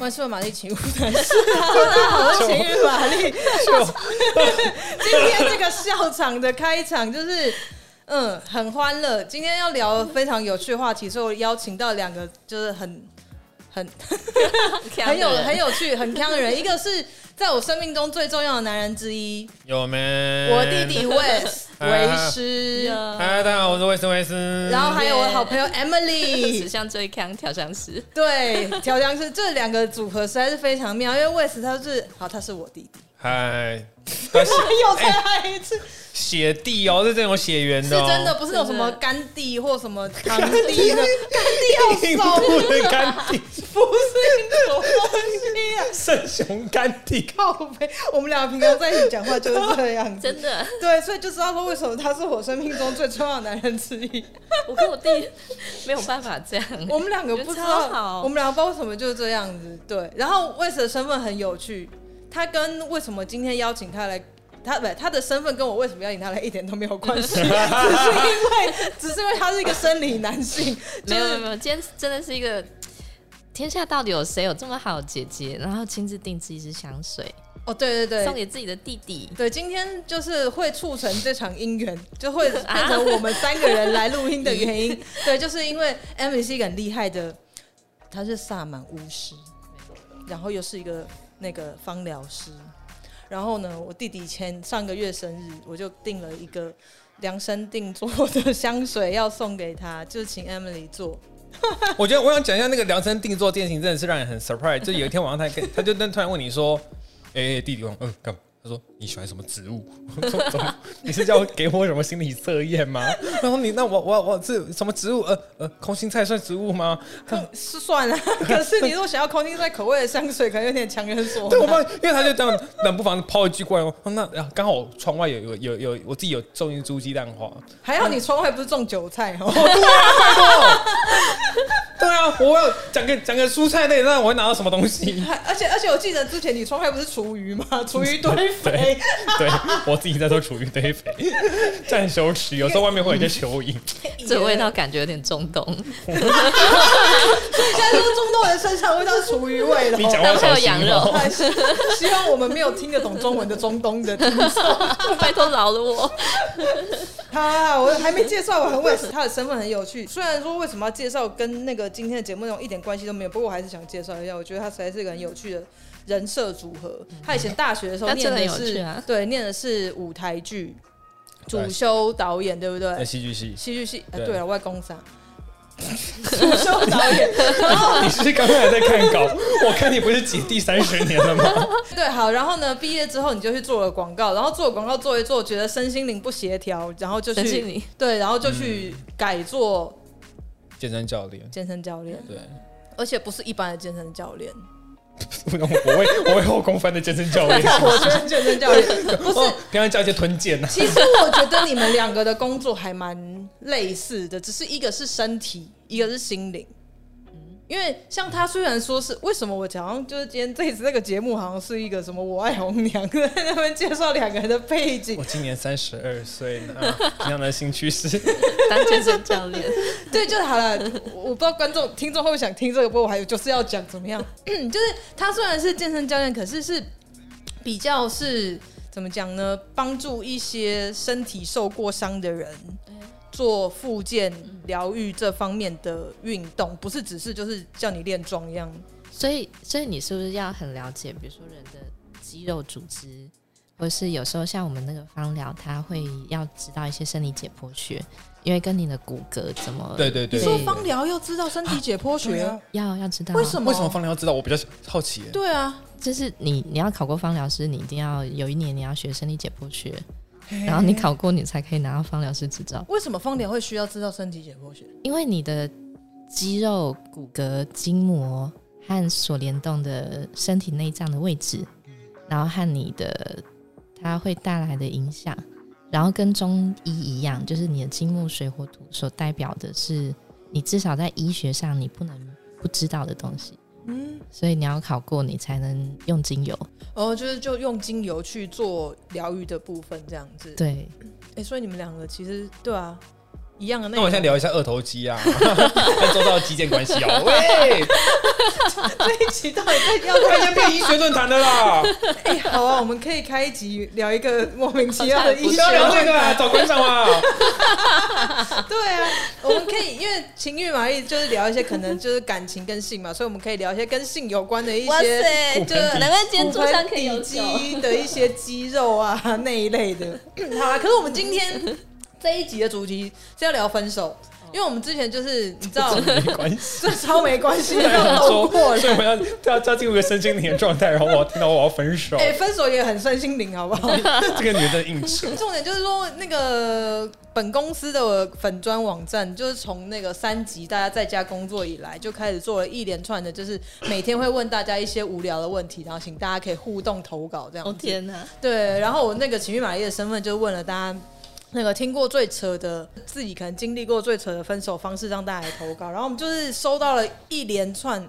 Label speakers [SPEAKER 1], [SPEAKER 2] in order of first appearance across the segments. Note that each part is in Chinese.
[SPEAKER 1] 万事问玛丽，请勿谈事。Hello，大家好，我是情欲玛丽。今天这个笑场的开场就是，嗯，很欢乐。今天要聊非常有趣的话题，所以我邀请到两个就是很很很有很有趣、很强的人，一个是在我生命中最重要的男人之一，
[SPEAKER 2] 有没？
[SPEAKER 1] 我弟弟 Wes
[SPEAKER 2] 啊
[SPEAKER 1] 维 斯，
[SPEAKER 2] 嗨，大家好，我是威斯威斯。
[SPEAKER 1] 然后还有我
[SPEAKER 3] Yeah
[SPEAKER 1] 好朋友
[SPEAKER 3] 史
[SPEAKER 1] Emily。
[SPEAKER 3] 上最强调香师，
[SPEAKER 1] 对，调香师这两个组合实在是非常妙，因为 Wes 他是好，他是我弟弟。
[SPEAKER 2] 嗨，他写
[SPEAKER 1] 又再来一次，
[SPEAKER 2] 写弟哦，是这种血缘
[SPEAKER 1] 是
[SPEAKER 2] 的、哦，
[SPEAKER 1] 真的，不是那种什么干地或什么堂弟的，干地
[SPEAKER 2] 印
[SPEAKER 1] 好熟，
[SPEAKER 2] 度的干弟，
[SPEAKER 1] 不是那种东西啊。
[SPEAKER 2] 圣雄干弟。
[SPEAKER 1] 靠背，我们俩平常在一起讲话就是这样子，
[SPEAKER 3] 真的，
[SPEAKER 1] 对，所以就知道说为什么他是我生命中最重要的男人之一。
[SPEAKER 3] 我跟我弟没有办法这样。
[SPEAKER 1] 我们两个不知
[SPEAKER 3] 我觉得
[SPEAKER 1] 道，
[SPEAKER 3] 超好
[SPEAKER 1] 我们两个不知道为什么就是这样子。对，然后魏 e 的身份很有趣，他跟为什么今天邀请他来，他不，他的身份跟我为什么邀请他来一点都没有关系，只是因为只是因为他是一个生理男性，就
[SPEAKER 3] 没有没有
[SPEAKER 1] 是
[SPEAKER 3] 没有，今天真的是一个天下到底有谁有这么好的姐姐，然后亲自定制一支香水
[SPEAKER 1] 哦，对对
[SPEAKER 3] 送
[SPEAKER 1] 对。
[SPEAKER 3] 给自己的弟弟，
[SPEAKER 1] 对，今天就是会促成这场姻缘，就会变成我们三个人来录音的原 因。对，就是因为 Emily 是一个很厉害的，她是萨满巫师，然后又是一个那个芳疗师。然后呢，我弟弟前上个月生日，我就订了一个量身定做的香水要送给他，就请 Emily 做。
[SPEAKER 2] 我觉得我想讲一下那个量身定做这件事情，真的是让人很 surprise。就有一天晚上，他跟他就突然问你说：“哎、弟弟，我嗯干嘛？”他说：“你喜欢什么植物？”我说：“怎么？你是叫给我什么心理测验吗？”然后你那我我我是什么植物？呃呃，空心菜算植物吗？
[SPEAKER 1] 是算 了，可是你如果想要空心菜口味的香水，可能有点强人所
[SPEAKER 2] 对，我
[SPEAKER 1] 难。
[SPEAKER 2] 发现，因为他就这样冷不防地抛一句过来，我说 那啊刚好窗外有有有有我自己有种一株鸡蛋花，
[SPEAKER 1] 还好你窗外不是种韭菜哦。
[SPEAKER 2] 对啊，我要讲个讲个蔬菜类，那我会拿到什么东西？
[SPEAKER 1] 还而且而且我记得之前你窗外不是厨余吗？厨余堆肥，
[SPEAKER 2] 对我自己在做厨余堆肥， 这很羞耻。有时候外面会有一些蚯蚓，
[SPEAKER 3] 这味道感觉有点中东，
[SPEAKER 1] 所以现在就是中东人身上的味道是厨余味了。
[SPEAKER 2] 你讲话小心
[SPEAKER 3] 但会有羊
[SPEAKER 2] 哦
[SPEAKER 3] 肉。
[SPEAKER 1] 哎希希望我们没有听得懂中文的中东的听众。
[SPEAKER 3] 拜托饶了我。
[SPEAKER 1] 他，我还没介绍完，我也是他的身份很有趣。虽然说为什么要介绍跟那个今天的节目内容一点关系都没有，不过我还是想介绍一下，我觉得他实在是一个很有趣的人设组合。他以前大学的时候
[SPEAKER 3] 他
[SPEAKER 1] 念
[SPEAKER 3] 真的
[SPEAKER 1] 的
[SPEAKER 3] 很有
[SPEAKER 1] 是，
[SPEAKER 3] 趣啊
[SPEAKER 1] 对，念的是舞台剧，
[SPEAKER 2] 对
[SPEAKER 1] 主修导演，对不对？
[SPEAKER 2] 哎戏剧系，
[SPEAKER 1] 戏剧系，呃、
[SPEAKER 2] 对
[SPEAKER 1] 对了，外公啥？ 主修导演，然后
[SPEAKER 2] 你是刚才在看稿？ 我看你不是挤第三十年了吗？
[SPEAKER 1] 对，好，然后呢，毕业之后你就去做了广告，然后做了广告做一做，觉得身心灵不协调，然后就
[SPEAKER 3] 神经
[SPEAKER 1] 去
[SPEAKER 3] 理，
[SPEAKER 1] 对，然后就去改做
[SPEAKER 2] 健身教练，
[SPEAKER 1] 健身教练，
[SPEAKER 2] 对，
[SPEAKER 1] 而且不是一般的健身教练，
[SPEAKER 2] 我会我会后空翻的健身教练，
[SPEAKER 1] 我觉得健身教练 不是
[SPEAKER 2] 哦，平常教一些啊臀健呐。
[SPEAKER 1] 其实我觉得你们两个的工作还蛮类似的，只是一个是身体，一个是心灵。因为像他虽然说是为什么我讲，好像就是今天这一次这个节目好像是一个什么我爱红娘在那边介绍两个人的背景
[SPEAKER 2] 我，今年三十二岁呢，平常的兴趣是
[SPEAKER 3] 当健身教练，
[SPEAKER 1] 对就好了。我我不知道观众听众会不会想听这个，不过我还有就是要讲怎么 样，嗯就是他虽然是健身教练，可是是比较是怎么讲呢？帮助一些身体受过伤的人做复健疗愈这方面的运动，不是只是就是叫你练壮一样。
[SPEAKER 3] 所以所以你是不是要很了解，比如说人的肌肉组织，或是有时候像我们那个芳疗，他会要知道一些生理解剖学，因为跟你的骨骼怎么
[SPEAKER 2] 对对对
[SPEAKER 1] 你说芳疗要知道身体解剖
[SPEAKER 2] 对
[SPEAKER 1] 学，
[SPEAKER 2] 啊
[SPEAKER 3] 要要知道
[SPEAKER 1] 为什么？
[SPEAKER 2] 为什么？方疗要知道？我比较好奇耶。
[SPEAKER 1] 对啊，
[SPEAKER 3] 就是你你要考过芳疗师，你一定要有一年你要学生理解剖学，然后你考过你才可以拿到芳疗师执照，
[SPEAKER 1] 为什么芳疗会需要知道身体解剖学？
[SPEAKER 3] 因为你的肌肉、骨骼、筋膜和所联动的身体内脏的位置，然后和你的它会带来的影响，然后跟中医一样，就是你的金木水火土所代表的是你至少在医学上你不能不知道的东西，
[SPEAKER 1] 嗯，
[SPEAKER 3] 所以你要考过你才能用精 油。
[SPEAKER 1] 哦，就是就用精油去做疗愈的部分这样子。
[SPEAKER 3] 对，
[SPEAKER 1] 哎、所以你们两个其实对啊，一样的内
[SPEAKER 2] 那
[SPEAKER 1] 容。
[SPEAKER 2] 我先聊一下二头肌啊，跟周到肌腱关系哦。喂，
[SPEAKER 1] 这一集到底在要
[SPEAKER 2] 他已经变医学论坛的啦，
[SPEAKER 1] 哎、好啊，我们可以开一集聊一个莫名其妙 的医
[SPEAKER 2] 不
[SPEAKER 1] 学
[SPEAKER 2] 要。聊这个啊，找馆 长啊。
[SPEAKER 1] 对啊，我们可以因为情欲玛丽就是聊一些可能就是感情跟性嘛，所以我们可以聊一些跟性有关的一
[SPEAKER 4] 哇
[SPEAKER 1] 些。
[SPEAKER 4] 塞，
[SPEAKER 2] 骨盆
[SPEAKER 4] 就
[SPEAKER 2] 底
[SPEAKER 4] 难怪今天
[SPEAKER 1] 骨
[SPEAKER 4] 桌上
[SPEAKER 1] 盆
[SPEAKER 4] 可以
[SPEAKER 1] 底
[SPEAKER 4] 有酒。
[SPEAKER 1] 肌 的一些肌肉啊那一类的，好啊啦，可是我们今天这一集的主题是要聊分手，
[SPEAKER 4] 哦
[SPEAKER 1] 因为我们之前就是你知道，
[SPEAKER 2] 没关系。
[SPEAKER 1] 这超没关系的，
[SPEAKER 2] 想
[SPEAKER 1] 都过
[SPEAKER 2] 说，
[SPEAKER 1] 了
[SPEAKER 2] 所。以我们要要要进入一个身心灵的状态，然后我要听到我要分手，
[SPEAKER 1] 哎、分手也很身心灵，好不好？
[SPEAKER 2] 这个女的硬扯。
[SPEAKER 1] 重点就是说，那个本公司的粉砖网站，就是从那个三级大家在家工作以来，就开始做了一连串的，就是每天会问大家一些无聊的问题，然后请大家可以互动投稿这样
[SPEAKER 4] 我、
[SPEAKER 1] 子。
[SPEAKER 3] 哦
[SPEAKER 4] 天哪！
[SPEAKER 1] 对，然后我那个情绪玛丽的身份就问了大家。那个听过最扯的，自己可能经历过最扯的分手方式，让大家来投稿。然后我们就是收到了一连串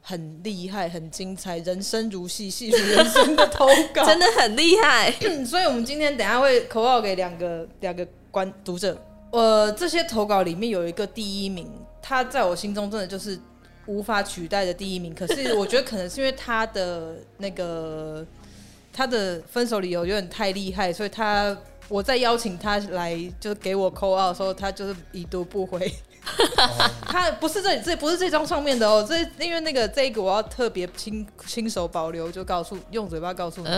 [SPEAKER 1] 很厉害、很精彩、人生如戏、戏如人生的投稿，
[SPEAKER 4] 真的很厉害，
[SPEAKER 1] 所以我们今天等一下会口号给两个两个观读者。呃，这些投稿里面有一个第一名，他在我心中真的就是无法取代的第一名。可是我觉得可能是因为他的那个他的分手理由有点太厉害，所以他我在邀请他来就是给我扣号的时候，他就是已读不回。 他不是这里，这不是这张上面的哦，这因为那个这一个我要特别亲亲手保留，就告诉用嘴巴告诉你。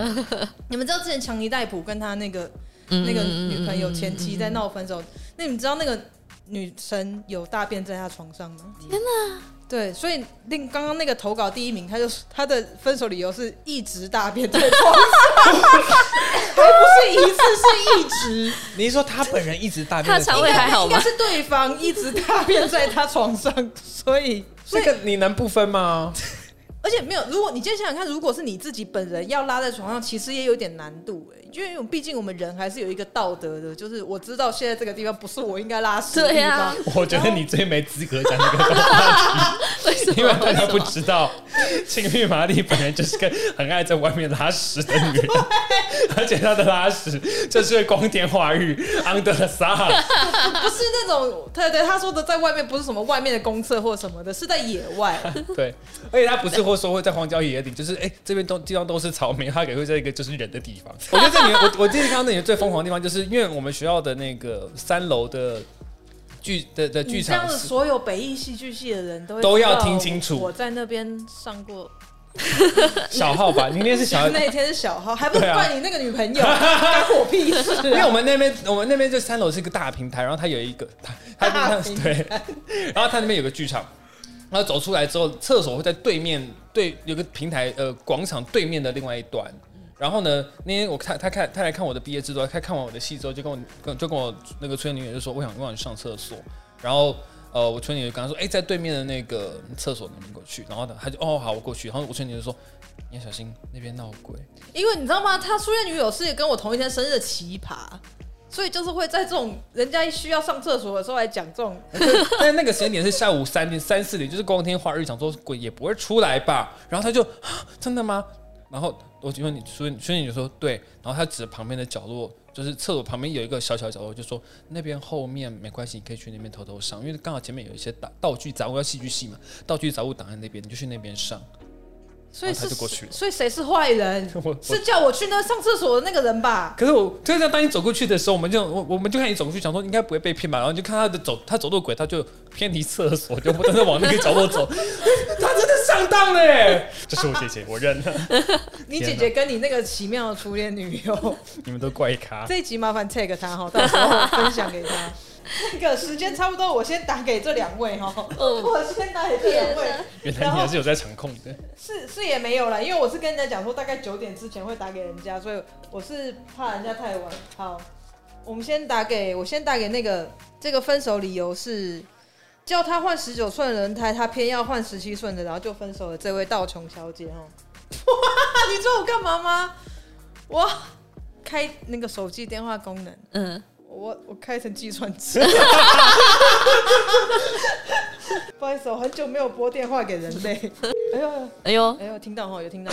[SPEAKER 1] 你们知道之前强尼戴普跟他那个那个女朋友前妻在闹分手，那你们知道那个女生有大便在她床上吗？天哪！对，所以令刚刚那个投稿第一名，他就他的分手理由是一直大便在床上，还不是一次是一直，
[SPEAKER 2] 你是说她本人一直大
[SPEAKER 4] 他
[SPEAKER 2] 便？
[SPEAKER 4] 肠胃还好
[SPEAKER 1] 应该
[SPEAKER 4] 吗？
[SPEAKER 1] 是对方一直大便在他床上，所以所
[SPEAKER 2] 这
[SPEAKER 1] 以
[SPEAKER 2] 个你能不分吗？
[SPEAKER 1] 而且没有，如果你今天想想看，如果是你自己本人要拉在床上，其实也有点难度哎、因为毕竟我们人还是有一个道德的，就是我知道现在这个地方不是我应该拉屎的地
[SPEAKER 4] 对啊
[SPEAKER 1] 方，
[SPEAKER 2] 我觉得你最没资格讲这个，
[SPEAKER 4] 为什么？
[SPEAKER 2] 因为大家不
[SPEAKER 4] 为什么
[SPEAKER 2] 知道，青玉玛丽本人就是个很爱在外面拉屎的女人，而且她的拉屎就是光天化日，under the sun。
[SPEAKER 1] 不是那种对对，他说的在外面不是什么外面的公厕或什么的，是在野 外。
[SPEAKER 2] 对，而且他不是会说会在荒郊野地，就是哎、这边都地方都是草莓，他给会在一个就是人的地方。我觉得这里面我我第一次看到那里最疯狂的地方，就是因为我们学校的那个三楼的剧的的剧
[SPEAKER 1] 你这样
[SPEAKER 2] 场
[SPEAKER 1] 子，
[SPEAKER 2] 是，
[SPEAKER 1] 所有北艺戏剧系的人都会
[SPEAKER 2] 都要
[SPEAKER 1] 知道
[SPEAKER 2] 听清楚
[SPEAKER 1] 我在那边上过，
[SPEAKER 2] 小号吧，你那是小号。
[SPEAKER 1] 那一天是小号，还不是
[SPEAKER 2] 对啊
[SPEAKER 1] 怪你那个女朋友， 关我屁事啊。
[SPEAKER 2] 因为我们那边，我们那边就三楼是一个大平台，然后它有一个，它它
[SPEAKER 1] 大平台
[SPEAKER 2] 对，然后它那边有个剧场，然后走出来之后，厕所会在对面对有个平台呃广场对面的另外一端。然后呢，那天我看他看他来看我的毕业制作，他看完我的戏之后，就跟我跟就跟我那个崔女友就说，我想我想去上厕所。然后呃，我崔女友就跟他说，哎、在对面的那个厕所能不能过去？然后呢他就哦好，我过去。然后我崔女友就说，你要小心那边闹鬼。
[SPEAKER 1] 因为你知道吗？他初恋女友是跟我同一天生日的奇葩，所以就是会在这种人家需要上厕所的时候来讲这种。
[SPEAKER 2] 但那个时间点是下午三点、三四点，就是光天化日，想说鬼也不会出来吧。然后他就啊真的吗？然后我就问你，所以所以你就说对，然后他指旁边的角落，就是厕所旁边有一个小小的角落，就说那边后面没关系，你可以去那边偷偷上，因为刚好前面有一些道道具杂物，要戏剧系嘛，道具杂物档在那边，你就去那边上。
[SPEAKER 1] 所以
[SPEAKER 2] 然
[SPEAKER 1] 是
[SPEAKER 2] 后哦他就过去了
[SPEAKER 1] 所以谁是坏人
[SPEAKER 2] 我？我
[SPEAKER 1] 是叫我去那上厕所的那个人吧？
[SPEAKER 2] 可是我就这样，当你走过去的时候，我们就我我们就看你走过去，想说应该不会被骗吧，然后你就看他的走，他走路的轨道就偏离厕所，就不断的往那个角落走， 他真的上当了耶！这是我姐姐，我认了，
[SPEAKER 1] 你姐姐跟你那个奇妙的初恋女友，
[SPEAKER 2] 你们都怪咖。
[SPEAKER 1] 这一集麻烦 tag 她哈，到时候分享 给她。那个时间差不多，我先打给这两位哈，
[SPEAKER 4] 嗯
[SPEAKER 1] 我先打给这两位
[SPEAKER 4] 天
[SPEAKER 2] 原来
[SPEAKER 4] 哪，
[SPEAKER 2] 你还是有在场控的，
[SPEAKER 1] 是是也没有啦，因为我是跟人家讲说大概九点之前会打给人家，所以我是怕人家太晚。好，我们先打给我先打给那个这个分手理由是叫他换十九寸轮胎，他偏要换十七寸的，然后就分手了。这位道琼小姐哦， 哇，你知道我干嘛吗？我开那个手机电话功能，
[SPEAKER 4] 嗯，
[SPEAKER 1] 我我开成计算机。 不好意思，我很久没有拨电话给人类。 哎呦哎呦！
[SPEAKER 4] 哎呦，
[SPEAKER 1] 哎呦，听到哈，有听到。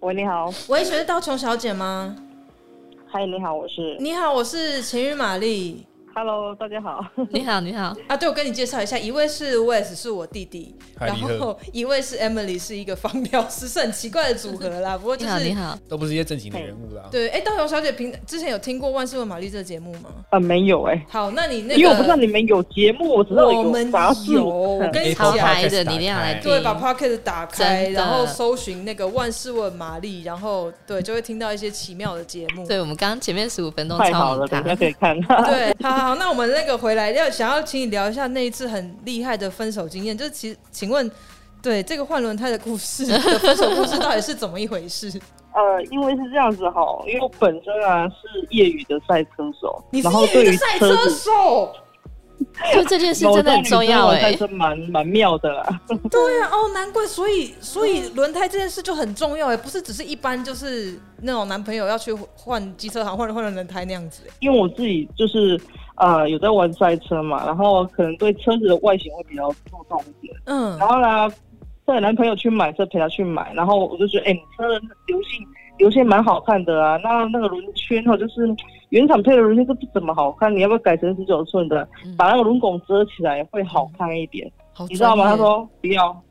[SPEAKER 5] 喂，你好，
[SPEAKER 1] 喂，学是道琼小姐吗？
[SPEAKER 5] 嗨，你好，我是
[SPEAKER 1] 嗯你好，我是晴雨玛丽。
[SPEAKER 5] Hello，大家好。
[SPEAKER 3] 你好，你好，
[SPEAKER 1] 啊，对，我跟你介绍一下，一位是 Wes，是我弟弟，
[SPEAKER 2] 嗨
[SPEAKER 1] 然
[SPEAKER 2] 你好
[SPEAKER 1] 后一位是 Emily，是一个芳疗师，是很奇怪的组合 啦。不过就
[SPEAKER 3] 你好，你
[SPEAKER 1] 是
[SPEAKER 3] 好，
[SPEAKER 2] 都不是一些正经的人物啊啦。
[SPEAKER 1] 对，哎，道友小姐平之前有听过《万事问玛丽》这个节目吗？
[SPEAKER 5] 呃，没有哎、
[SPEAKER 1] 好，那你那个，
[SPEAKER 5] 因为我不知道你们有节目，我知道
[SPEAKER 1] 我们
[SPEAKER 5] 杂志。
[SPEAKER 1] 有我跟你讲
[SPEAKER 2] Apple Podcast
[SPEAKER 3] 超嗨的
[SPEAKER 2] 打
[SPEAKER 3] 你一定要来
[SPEAKER 2] 开
[SPEAKER 3] 听
[SPEAKER 1] 对，把 Pocket 打开，
[SPEAKER 3] 真的
[SPEAKER 1] 然后搜寻那个万事问玛丽，然后对，就会听到一些奇妙的节目。
[SPEAKER 3] 对我们刚刚前面十五分钟
[SPEAKER 5] 太好
[SPEAKER 3] 超
[SPEAKER 5] 了，
[SPEAKER 3] 你
[SPEAKER 5] 等
[SPEAKER 3] 他
[SPEAKER 5] 一，下可以 看。
[SPEAKER 1] 对，好好，好那我们那个回来要想要请你聊一下那一次很厉害的分手经验，就是其请问，对这个换轮胎的故事的分手故事到底是怎么一回事？
[SPEAKER 5] 呃，因为是这样子哈，因为我本身啊是业余的赛车手，
[SPEAKER 1] 你是
[SPEAKER 5] 然后
[SPEAKER 1] 业
[SPEAKER 5] 对
[SPEAKER 1] 余
[SPEAKER 5] 于
[SPEAKER 1] 的赛
[SPEAKER 5] 车
[SPEAKER 1] 车
[SPEAKER 5] 子，
[SPEAKER 1] 手，
[SPEAKER 3] 就这件事真的很重要
[SPEAKER 5] 我知道
[SPEAKER 3] 哎、
[SPEAKER 5] 女生玩赛车蛮蛮妙的啦。
[SPEAKER 1] 对啊，哦，难怪，所以所以轮胎这件事就很重要哎，不是只是一般就是那种男朋友要去换机车行换换轮胎那样子耶，哎
[SPEAKER 5] 因为我自己就是呃有在玩赛车嘛，然后可能对车子的外形会比较注重一点。
[SPEAKER 1] 嗯
[SPEAKER 5] 然后呢，带男朋友去买车，陪他去买，然后我就觉得，哎、你车的流线流线蛮好看的啊，那那个轮圈哦，就是原厂配的轮圈都不怎么好看，你要不要改成十九寸的，
[SPEAKER 3] 嗯
[SPEAKER 5] 把那个轮拱遮起来会好看一点，
[SPEAKER 1] 好，
[SPEAKER 5] 你知道吗？他，说不要，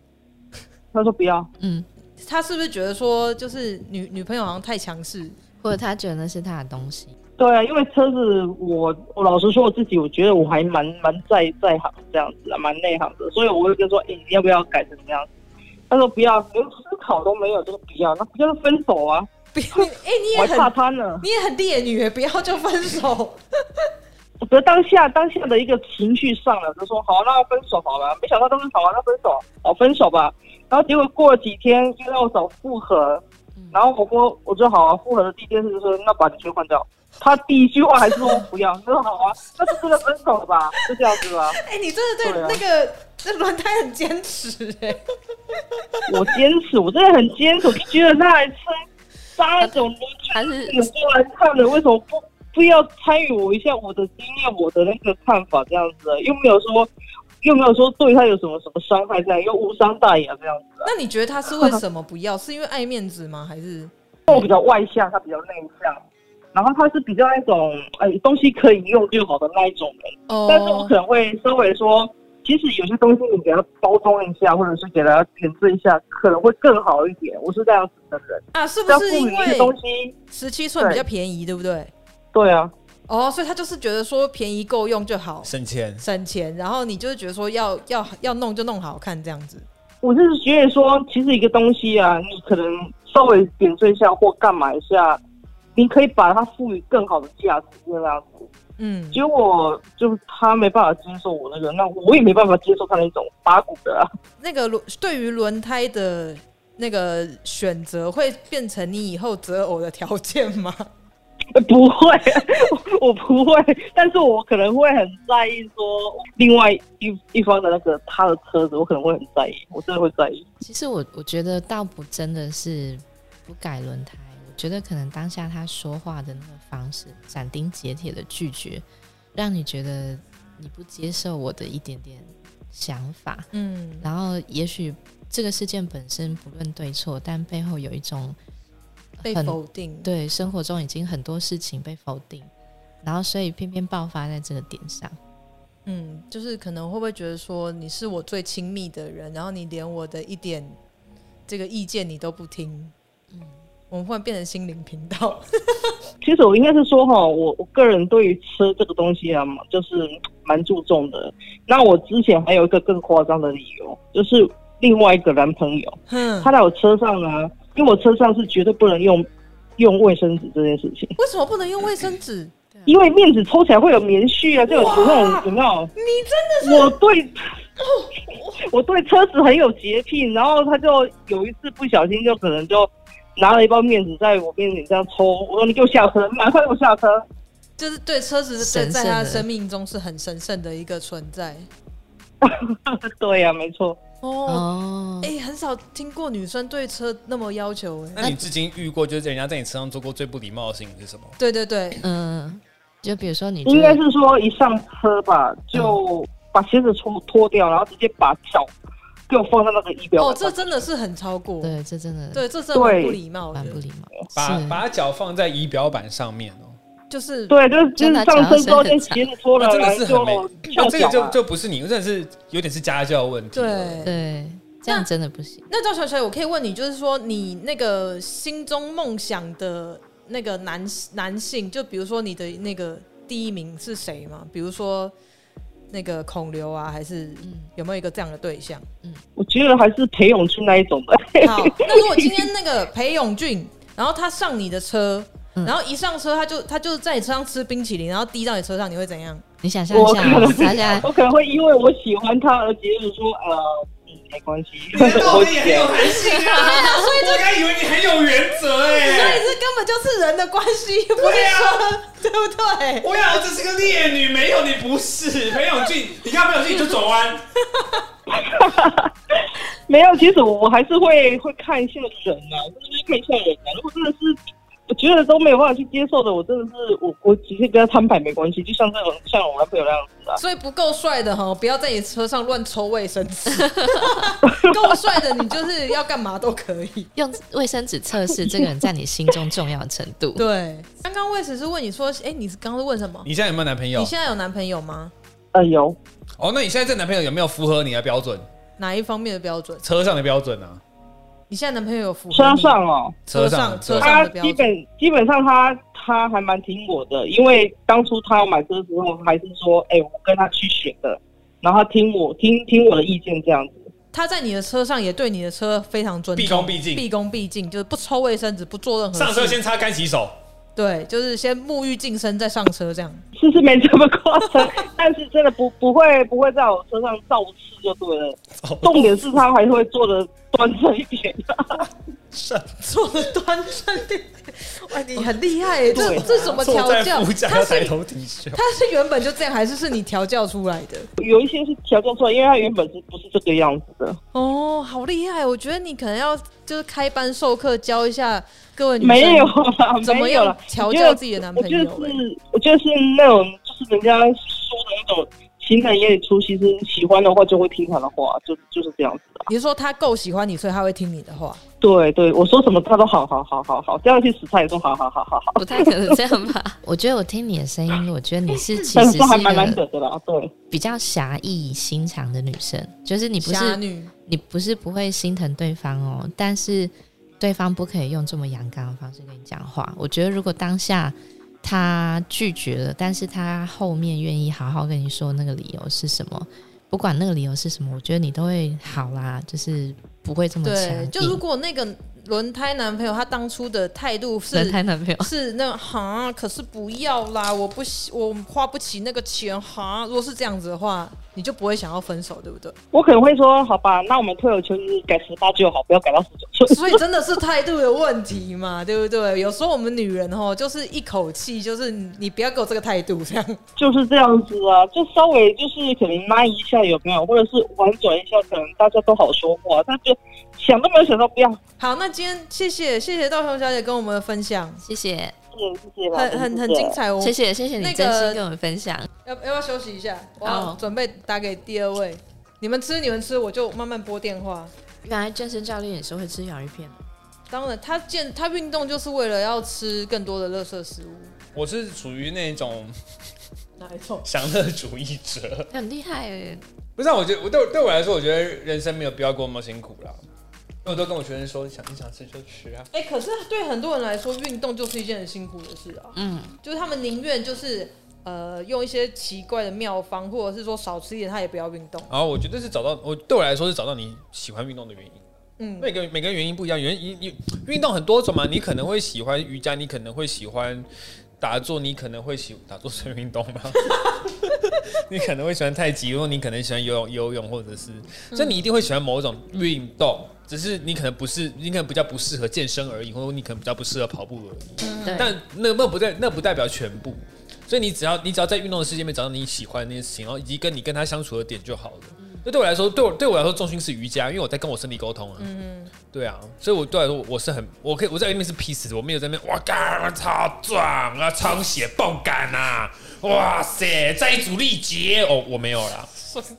[SPEAKER 5] 他说不要，
[SPEAKER 3] 哦嗯，
[SPEAKER 1] 他是不是觉得说就是女女朋友好像太强势？
[SPEAKER 3] 或者他觉得那是他的东西，
[SPEAKER 5] 对啊，因为车子我我老实说我自己，我觉得我还蛮蛮在在行这样子啊，蛮内行的，所以我会跟说，哎、你要不要改成这样子？他说不要，连思考都没有，就是不要，那不要就分手啊，
[SPEAKER 1] 不要，哎、你
[SPEAKER 5] 我
[SPEAKER 1] 也
[SPEAKER 5] 还怕
[SPEAKER 1] 很
[SPEAKER 5] 他呢。
[SPEAKER 1] 你也很烈女哎耶，不要就分手。
[SPEAKER 5] 我觉得当下当下的一个情绪上了，就说好，那分手好了。没想到当时好啊，那分手，好分手吧。然后结果过了几天又要找复合，然后我说我说好啊，复合的第一件事就是那把你去换掉。他第一句话还是说不要，他说好啊，那就真的分手吧，就这样子吧。
[SPEAKER 1] 哎、你真的对
[SPEAKER 5] 对啊
[SPEAKER 1] 那个那轮胎很坚持哎、
[SPEAKER 5] 我坚持，我真的很坚持，我就觉得那台车搭那种
[SPEAKER 3] 他是
[SPEAKER 5] 有做完看的，为什么不不要参与我一下我的经验、我的那个看法这样子？啊又没有说，又没有说对他有什么什么伤害，这样又无伤大雅这样子。
[SPEAKER 1] 那你觉得他是为什么不要？是因为爱面子吗？还是
[SPEAKER 5] 因为我比较外向，他比较内向，然后他是比较那种哎东西可以用就好的那一种人，
[SPEAKER 1] 哦
[SPEAKER 5] 但是我可能会稍微说。其实有些东西你给他包装一下，或者是给他点缀一下，可能会更好一点。我是这样子的人，
[SPEAKER 1] 啊，是不
[SPEAKER 5] 要赋
[SPEAKER 1] 是
[SPEAKER 5] 予
[SPEAKER 1] 因
[SPEAKER 5] 一些东
[SPEAKER 1] 为
[SPEAKER 5] 西，
[SPEAKER 1] 十七寸比较便宜，对不对？
[SPEAKER 5] 对啊，
[SPEAKER 1] 哦，所以他就是觉得说便宜够用就好，
[SPEAKER 2] 省钱，
[SPEAKER 1] 省钱。然后你就是觉得说要要要弄就弄好看这样子。
[SPEAKER 5] 我是觉得说，其实一个东西啊，你可能稍微点缀一下或干嘛一下，你可以把它赋予更好的价值这样子。
[SPEAKER 1] 嗯，
[SPEAKER 5] 结果就是他没办法接受我那个，那我也没办法接受他那种八股的、啊。
[SPEAKER 1] 那个轮对于轮胎的那个选择会变成你以后择偶的条件吗？
[SPEAKER 5] 不会，我不会，但是我可能会很在意说另外一一方的那个他的车子，我可能会很在意，我真的会在意。
[SPEAKER 3] 其实我我觉得倒不真的是不改轮胎，我觉得可能当下他说话的那个方式，斩钉截铁的拒绝，让你觉得你不接受我的一点点想法，
[SPEAKER 1] 嗯，
[SPEAKER 3] 然后也许这个事件本身不论对错，但背后有一种
[SPEAKER 1] 被
[SPEAKER 3] 很
[SPEAKER 1] 否定。
[SPEAKER 3] 对生活中已经很多事情被否定，然后所以偏偏爆发在这个点上。
[SPEAKER 1] 嗯，就是可能会不会觉得说你是我最亲密的人，然后你连我的一点这个意见你都不听，嗯，我们忽然变成心灵频道，
[SPEAKER 5] 其实我应该是说哈，我我个人对于车这个东西啊，就是蛮注重的。那我之前还有一个更夸张的理由，就是另外一个男朋友，
[SPEAKER 1] 哼，
[SPEAKER 5] 他在我车上呢，因为我车上是绝对不能用用卫生纸这件事情，
[SPEAKER 1] 为什么不能用卫生 纸？
[SPEAKER 5] 因为面纸抽起来会有棉絮啊，就有有那种有没有？你真的是我对。 我对车子很有洁癖，然后他就有一次不小心，就可能就拿了一包面纸在我面前这样抽，我说你给我下车，马上给我下车。
[SPEAKER 1] 就是对车子在
[SPEAKER 3] 神
[SPEAKER 1] 在他的
[SPEAKER 3] 圣的
[SPEAKER 1] 生命中是很神圣的一个存在
[SPEAKER 5] 对呀、没错。
[SPEAKER 1] 哦。
[SPEAKER 3] 哦
[SPEAKER 1] 哎、很少听过女生对车那么要求哎、
[SPEAKER 2] 那你至今遇过就是人家在你车上做过最不礼貌的事情是什么？
[SPEAKER 1] 对对对，
[SPEAKER 3] 嗯，就嗯比如说你觉
[SPEAKER 5] 应该
[SPEAKER 3] 得
[SPEAKER 5] 是说一上车吧，就把鞋子脱脱掉，然后直接把脚给我放在那个仪表
[SPEAKER 1] 哦，
[SPEAKER 5] 板
[SPEAKER 1] 这
[SPEAKER 5] 上。
[SPEAKER 1] 真的是很超过，
[SPEAKER 3] 对，这真的
[SPEAKER 1] 对，这真的蛮不礼貌的
[SPEAKER 3] 蛮，不礼貌，
[SPEAKER 2] 把
[SPEAKER 3] 是
[SPEAKER 2] 把脚放在仪表板上面哦，
[SPEAKER 1] 就是
[SPEAKER 5] 对，就是就
[SPEAKER 3] 真
[SPEAKER 5] 是
[SPEAKER 3] 的
[SPEAKER 5] 上车之后
[SPEAKER 3] 脚很
[SPEAKER 5] 那
[SPEAKER 3] 长
[SPEAKER 5] 鞋子脱了，
[SPEAKER 2] 那哦真
[SPEAKER 5] 然
[SPEAKER 2] 的
[SPEAKER 5] 后
[SPEAKER 2] 是很没
[SPEAKER 5] 就，翘
[SPEAKER 2] 哦这个
[SPEAKER 5] 脚
[SPEAKER 2] 就
[SPEAKER 5] 嘛。
[SPEAKER 2] 就不是你，真的是有点是家教问题。
[SPEAKER 1] 对。
[SPEAKER 3] 对，这样真的不行。
[SPEAKER 1] 那赵小小，我可以问你，就是说你那个心中梦想的那个男男性，就比如说你的那个第一名是谁吗？比如说那个孔刘啊，还是
[SPEAKER 3] 嗯
[SPEAKER 1] 有没有一个这样的对象？
[SPEAKER 5] 我觉得还是裴勇俊那一种的，
[SPEAKER 1] 好，那如果今天那个裴勇俊，然后他上你的车，然后一上车他就他就在你车上吃冰淇淋，然后滴到你车上，你会怎样？
[SPEAKER 3] 你想象一
[SPEAKER 5] 我
[SPEAKER 3] 下
[SPEAKER 5] 可能
[SPEAKER 3] 哦，大家
[SPEAKER 5] 我可能 会因为我喜欢他而觉得说，呃，嗯，没关系，
[SPEAKER 2] 道
[SPEAKER 5] 我
[SPEAKER 2] 理也很有弹性啊！我刚以为你很有原则
[SPEAKER 1] 所以
[SPEAKER 2] 哎，
[SPEAKER 1] 这根本就是人的关系，不是车， 对不对？
[SPEAKER 2] 我想这是个烈女，没有你不是裴勇俊，你看裴勇俊你就转弯，
[SPEAKER 5] 没有，其实我还是会会看一下人啊，就是看一下人啊。如果真的是我觉得都没有办法去接受的，我真的是我我只是跟他摊牌没关系，就像这种像我男朋友那样子啊。
[SPEAKER 1] 所以不够帅的哈，不要在你车上乱抽卫生纸。 够帅的，你就是要干嘛都可以。
[SPEAKER 3] 用卫生纸测 试这个人在你心中重要的程度。
[SPEAKER 1] 对，刚刚魏只是问你说，哎、你是刚刚是问什么？
[SPEAKER 2] 你现在有没有男朋友
[SPEAKER 1] 你？现在有男朋友吗？
[SPEAKER 5] 哎呦，
[SPEAKER 2] 哦，那你现在这男朋友有没有符合你的标准？
[SPEAKER 1] 哪一方面的标准？
[SPEAKER 2] 车上的标准啊？
[SPEAKER 1] 你现在男朋友有符合
[SPEAKER 5] 车
[SPEAKER 1] 你
[SPEAKER 5] 上哦，
[SPEAKER 1] 车上
[SPEAKER 2] 上
[SPEAKER 1] 车上
[SPEAKER 5] 他基本基本上他他还蛮挺我的，因为当初他要买车之后，还是说，哎、我跟他去选的，然后他听我听听我的意见这样子。
[SPEAKER 1] 他在你的车上也对你的车非常尊重，
[SPEAKER 2] 毕恭毕敬
[SPEAKER 1] 毕恭毕敬，就是不抽卫生纸，不做任何事
[SPEAKER 2] 上车先擦干洗 手，
[SPEAKER 1] 对，就是先沐浴净身再上车这样。
[SPEAKER 5] 是是没这么夸张， 但是真的不不会不会在我车上造次就对了。
[SPEAKER 2] 哦
[SPEAKER 5] 重点是他还会做的端正一点。
[SPEAKER 1] 做的端正点，哇，你很厉害耶！这
[SPEAKER 5] 对
[SPEAKER 1] 这怎么调
[SPEAKER 2] 坐在
[SPEAKER 1] 教
[SPEAKER 2] 副？驾
[SPEAKER 1] 他
[SPEAKER 2] 抬
[SPEAKER 1] 是
[SPEAKER 2] 头挺胸。
[SPEAKER 1] 他是原本就这样，还是是你调教出来的？
[SPEAKER 5] 有一些是调教出来，因为他原本是不是这个样子的？
[SPEAKER 1] 哦，好厉害！我觉得你可能要就是开班授课，教一下各位女生
[SPEAKER 5] 没有啦，
[SPEAKER 1] 怎么
[SPEAKER 5] 没有
[SPEAKER 1] 样
[SPEAKER 5] 啦。
[SPEAKER 1] 调教自己的男
[SPEAKER 5] 我
[SPEAKER 1] 朋
[SPEAKER 5] 觉得
[SPEAKER 1] 友欸
[SPEAKER 5] 我觉得
[SPEAKER 1] 耶。
[SPEAKER 5] 是，我觉得是那种就是人家说的那种情感眼里出西施，喜欢的话就会听他的话，就就是这样子的。
[SPEAKER 1] 你是说他够喜欢你，所以他会听你的话？
[SPEAKER 5] 对对，我说什么他都好好好好好，这样去死他也说好好好好好，
[SPEAKER 4] 不太可能这样吧？
[SPEAKER 3] 我觉得我听你的声音，我觉得你是其
[SPEAKER 5] 但
[SPEAKER 3] 实
[SPEAKER 5] 是
[SPEAKER 3] 是
[SPEAKER 5] 这还蛮
[SPEAKER 3] 一
[SPEAKER 5] 难
[SPEAKER 3] 个
[SPEAKER 5] 得的啦。对，
[SPEAKER 3] 比较侠义心肠的女生，就是你不
[SPEAKER 1] 侠
[SPEAKER 3] 是
[SPEAKER 1] 女，
[SPEAKER 3] 你不是不会心疼对方哦，但是对方不可以用这么阳刚的方式跟你讲话。我觉得如果当下他拒绝了，但是他后面愿意好好跟你说那个理由是什么，不管那个理由是什么，我觉得你都会好啦，就是不会这么强
[SPEAKER 1] 对
[SPEAKER 3] 硬。，
[SPEAKER 1] 就如果那个轮胎男朋友他当初的态度是
[SPEAKER 3] 轮胎男朋友，
[SPEAKER 1] 是那种哈，可是不要啦，我不喜，我花不起那个钱哈。如果是这样子的话，你就不会想要分手，对不对？
[SPEAKER 5] 我可能会说，好吧，那我们退而求其次，改十八就好，不要改到十九岁。
[SPEAKER 1] 所以真的是态度的问题嘛，对不对？有时候我们女人哦，就是一口气，就是你不要给我这个态度，这样。
[SPEAKER 5] 就是这样子啊，就稍微就是可能拉一下有没有，或者是婉转一下，可能大家都好说话，但就想都没有想到，不要，
[SPEAKER 1] 好，那今天谢谢谢谢道雄小姐跟我们的分享，
[SPEAKER 4] 谢谢，
[SPEAKER 5] 嗯，谢谢啦，
[SPEAKER 1] 很很很精。彩哦。
[SPEAKER 4] 谢谢，谢谢你
[SPEAKER 1] 那个
[SPEAKER 4] 真心跟我们分享。
[SPEAKER 1] 要要不要休息一下？我要
[SPEAKER 4] 好
[SPEAKER 1] 准备打给第二位。你们吃，你们吃，我就慢慢拨电话。
[SPEAKER 4] 原来健身教练也是会吃洋芋片的，
[SPEAKER 1] 当然，他健他运动就是为了要吃更多的垃圾食物。
[SPEAKER 2] 我是属于那种
[SPEAKER 1] 哪一种？
[SPEAKER 2] 享乐主义者，
[SPEAKER 4] 很厉害耶！
[SPEAKER 2] 不是、啊？我觉得我对对我来说，我觉得人生没有必要过那么辛苦啦。因为我都跟我学生说，想你想吃就吃啊。
[SPEAKER 1] 哎、可是对很多人来说，运动就是一件很辛苦的事啊。
[SPEAKER 4] 嗯，
[SPEAKER 1] 就是他们宁愿就是呃用一些奇怪的妙方，或者是说少吃一点，他也不要运动。
[SPEAKER 2] 然后我觉得是找到我对我来说是找到你喜欢运动的原因。
[SPEAKER 1] 嗯，
[SPEAKER 2] 每个每个原因不一样，原因你运动很多种嘛，你可能会喜欢瑜伽，你可能会喜欢打坐，你可能会喜打坐算运动吗？ 你可能会喜欢太极，或你可能喜欢游泳游泳，或者是，所以你一定会喜欢某种运动，只是你可能不是，你可能比较不适合健身而已，或者你可能比较不适合跑步而已。
[SPEAKER 4] 嗯对
[SPEAKER 2] 但那那不代那不代表全部，所以你只要你只要在运动的世界里面找到你喜欢的那些事情，然后以及跟你跟他相处的点就好了。那对我来说，对我对我来说重心是瑜伽，因为我在跟我身体沟通啊。对啊，所以我对我来说我是很，我可以我在里面是 peace，的我没有在那边哇干，我超壮啊，充血爆感啊，哇塞，再一组力竭哦，我没有啦。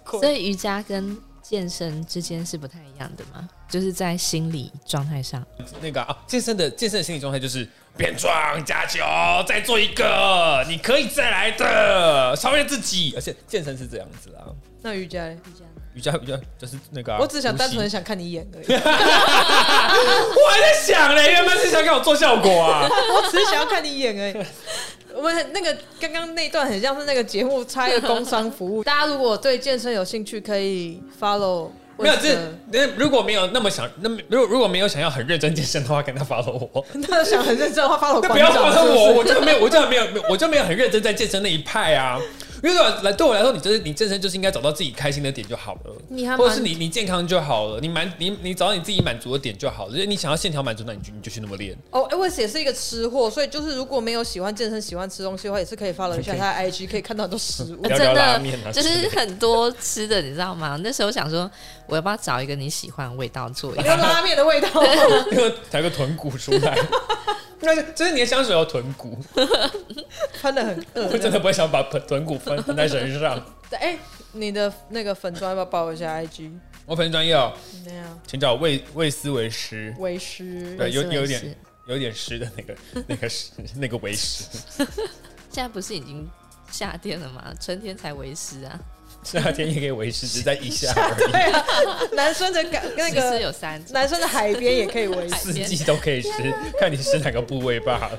[SPEAKER 1] 鬼
[SPEAKER 3] 所以瑜伽跟健身之间是不太一样的吗？就是在心理状态上，
[SPEAKER 4] 那个啊，健身的健身的心理状态就是变壮加球，再做一个，你可以再来的，超越自己。而且健身是这样子啊，
[SPEAKER 1] 那瑜伽嘞，
[SPEAKER 4] 瑜伽瑜伽就是那个啊、
[SPEAKER 1] 我只想单纯
[SPEAKER 4] 呼
[SPEAKER 1] 地
[SPEAKER 4] 吸，
[SPEAKER 1] 想看你演而已，
[SPEAKER 4] 我还在想嘞，原本是想给我做效 果 啊。
[SPEAKER 1] 我只是想要看你演而已。 我们那个刚刚那段很像是那个节目插一个工商服务， 大家如果对健身有兴趣，可以 follow
[SPEAKER 4] 没有，
[SPEAKER 1] Wes
[SPEAKER 4] 这
[SPEAKER 1] 的
[SPEAKER 4] 那如果没有那么想，那么如果如果没有想要很认真健身的话，跟他 follow 我，
[SPEAKER 1] 那想很认真的话，follow
[SPEAKER 4] 那
[SPEAKER 1] 馆
[SPEAKER 4] 不要
[SPEAKER 1] 长
[SPEAKER 4] follow
[SPEAKER 1] 是不
[SPEAKER 4] 我，
[SPEAKER 1] 是
[SPEAKER 4] 我就没有，我就没有，没有我就没有很认真在健身那一派啊。因为对我来对我来说，你就是你健身就是应该找到自己开心的点就好了，
[SPEAKER 1] 你还
[SPEAKER 4] 或者是
[SPEAKER 1] 蛮
[SPEAKER 4] 你你健康就好了，你满你你找到你自己满足的点就好了。就是你想要线条满足，那你就你就去那么练。
[SPEAKER 1] 哦，哎，我也是一个吃货，所以就是如果没有喜欢健身、喜欢吃东西的话，也是可以 follow 一下他的 IG，可以看到很多食 物
[SPEAKER 4] 不。要聊
[SPEAKER 3] 呃真
[SPEAKER 4] 拉
[SPEAKER 3] 的
[SPEAKER 4] 面啊
[SPEAKER 3] 就是很多吃的，你知道吗？那时候想说，我要不要找一个你喜欢的味道做一
[SPEAKER 1] 没有
[SPEAKER 3] 下？
[SPEAKER 1] 拉面的味道，
[SPEAKER 4] 因为才有个臀骨出来。 那是就是你的香水有臀骨，
[SPEAKER 1] 穿的很饿。
[SPEAKER 4] 我真的不会想把臀臀骨分分在身上。
[SPEAKER 1] 哎、你的那个粉砖要不要报一下 IG？
[SPEAKER 4] 我粉丝专业哦，
[SPEAKER 1] 那样，
[SPEAKER 4] 请找魏魏斯为师。
[SPEAKER 1] 为师
[SPEAKER 4] 对，有
[SPEAKER 3] 我也是我
[SPEAKER 4] 有一
[SPEAKER 3] 也
[SPEAKER 4] 点
[SPEAKER 3] 是
[SPEAKER 4] 有点湿的那个那个湿那个为湿，
[SPEAKER 3] 现在不是已经夏天了吗？春天才为湿啊，
[SPEAKER 4] 夏天也可以为湿，只是在一下而已，
[SPEAKER 1] 对啊，男生的感那
[SPEAKER 3] 其实
[SPEAKER 1] 个
[SPEAKER 3] 有三种
[SPEAKER 1] 男生的海边也可以为师。
[SPEAKER 4] 四季都可以湿，看你湿哪个部位罢了。